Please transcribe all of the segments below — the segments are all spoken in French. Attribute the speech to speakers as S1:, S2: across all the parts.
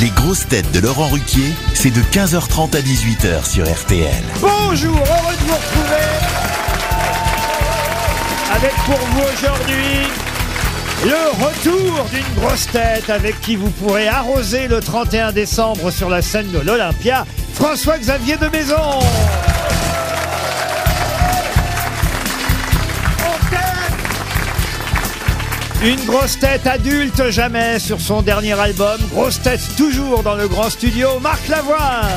S1: Les grosses têtes de Laurent Ruquier, c'est de 15h30 à 18h sur RTL.
S2: Bonjour, heureux de vous retrouver avec pour vous aujourd'hui le retour d'une grosse tête avec qui vous pourrez arroser le 31 décembre sur la scène de l'Olympia, François-Xavier de Maison. Une grosse tête adulte jamais sur son dernier album, grosse tête toujours dans le grand studio, Marc Lavoine.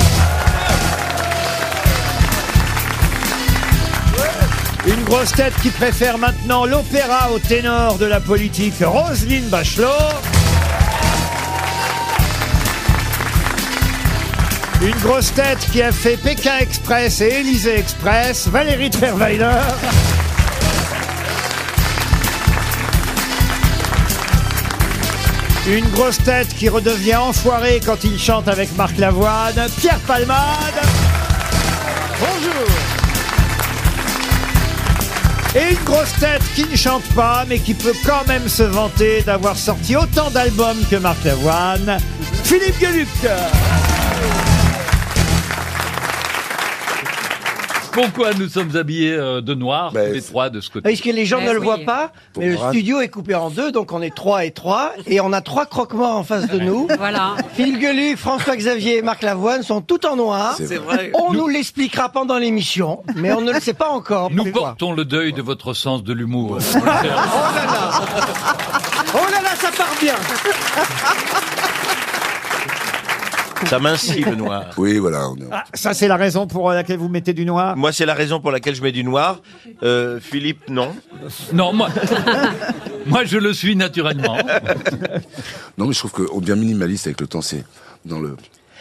S2: Une grosse tête qui préfère maintenant l'opéra au ténor de la politique, Roselyne Bachelot. Une grosse tête qui a fait Pékin Express et Élysée Express, Valérie Trierweiler. Une grosse tête qui redevient enfoiré quand il chante avec Marc Lavoine, Pierre Palmade. Bonjour. Et une grosse tête qui ne chante pas, mais qui peut quand même se vanter d'avoir sorti autant d'albums que Marc Lavoine, Philippe Gueluc. Ah,
S3: Pourquoi nous sommes habillés euh, de noir,
S4: Ben,
S3: tous les
S4: c'est-
S3: trois de ce côté
S5: Parce que les gens
S6: Eh
S5: ne le
S6: oui.
S5: voient pas, mais le
S4: Pour un-
S5: studio est coupé en deux, donc on est trois et trois, et on a trois croquements en face de nous.
S6: Voilà.
S5: Phil Gueluc, François-Xavier et Marc Lavoine sont tout en noir.
S4: C'est
S7: vrai.
S5: On nous, l'expliquera pendant l'émission, mais on ne le sait pas encore.
S3: Nous
S5: pourquoi.
S3: portons le deuil de votre sens de l'humour.
S5: Oh là là Oh là là, ça part bien
S8: Ça m'incie le noir.
S4: Oui, voilà. on est-
S2: Ah, ça, c'est la raison pour laquelle vous mettez du noir.
S8: Moi, c'est la raison pour laquelle je mets du noir. Euh, Philippe, non.
S3: non, moi, moi, je le suis naturellement.
S4: Non, mais je trouve qu'on devient minimaliste avec le temps. C'est dans le,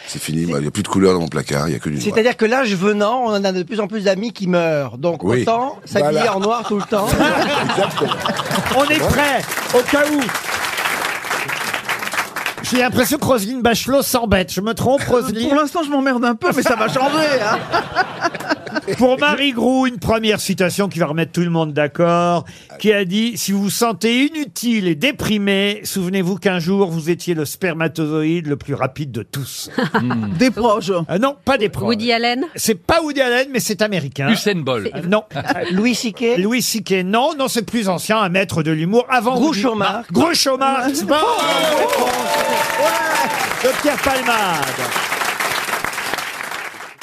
S4: c'est fini. moi, Il n'y a plus de couleurs dans mon placard. Il n'y a que du noir.
S5: C'est-à-dire que l'âge venant, on en a de plus en plus d'amis qui meurent. Donc
S4: Oui.
S5: autant s'habiller
S4: Voilà.
S5: en noir tout le temps.
S2: On est prêt, au cas où. J'ai l'impression que Roselyne Bachelot s'embête. Je me trompe, Roselyne
S7: l'instant, je m'emmerde un peu, mais ça va changer. Hein
S2: Pour Marie Groux, une première citation qui va remettre tout le monde d'accord, qui a dit « Si vous vous sentez inutile et déprimé, souvenez-vous qu'un jour, vous étiez le spermatozoïde le plus rapide de tous.
S7: Des proches. »
S2: Ah Non, pas des preuves.
S6: Woody Allen
S2: C'est pas Woody Allen, mais c'est américain.
S3: Usain Bolt.
S2: Euh, Non.
S5: Louis Siquet,
S2: Louis C.K. Non, non, c'est plus ancien, un maître de l'humour avant.
S5: Groucho
S2: Woody-
S5: Marx.
S2: Groucho Marx. Bonne réponse. Ouais, de Pierre Palmade.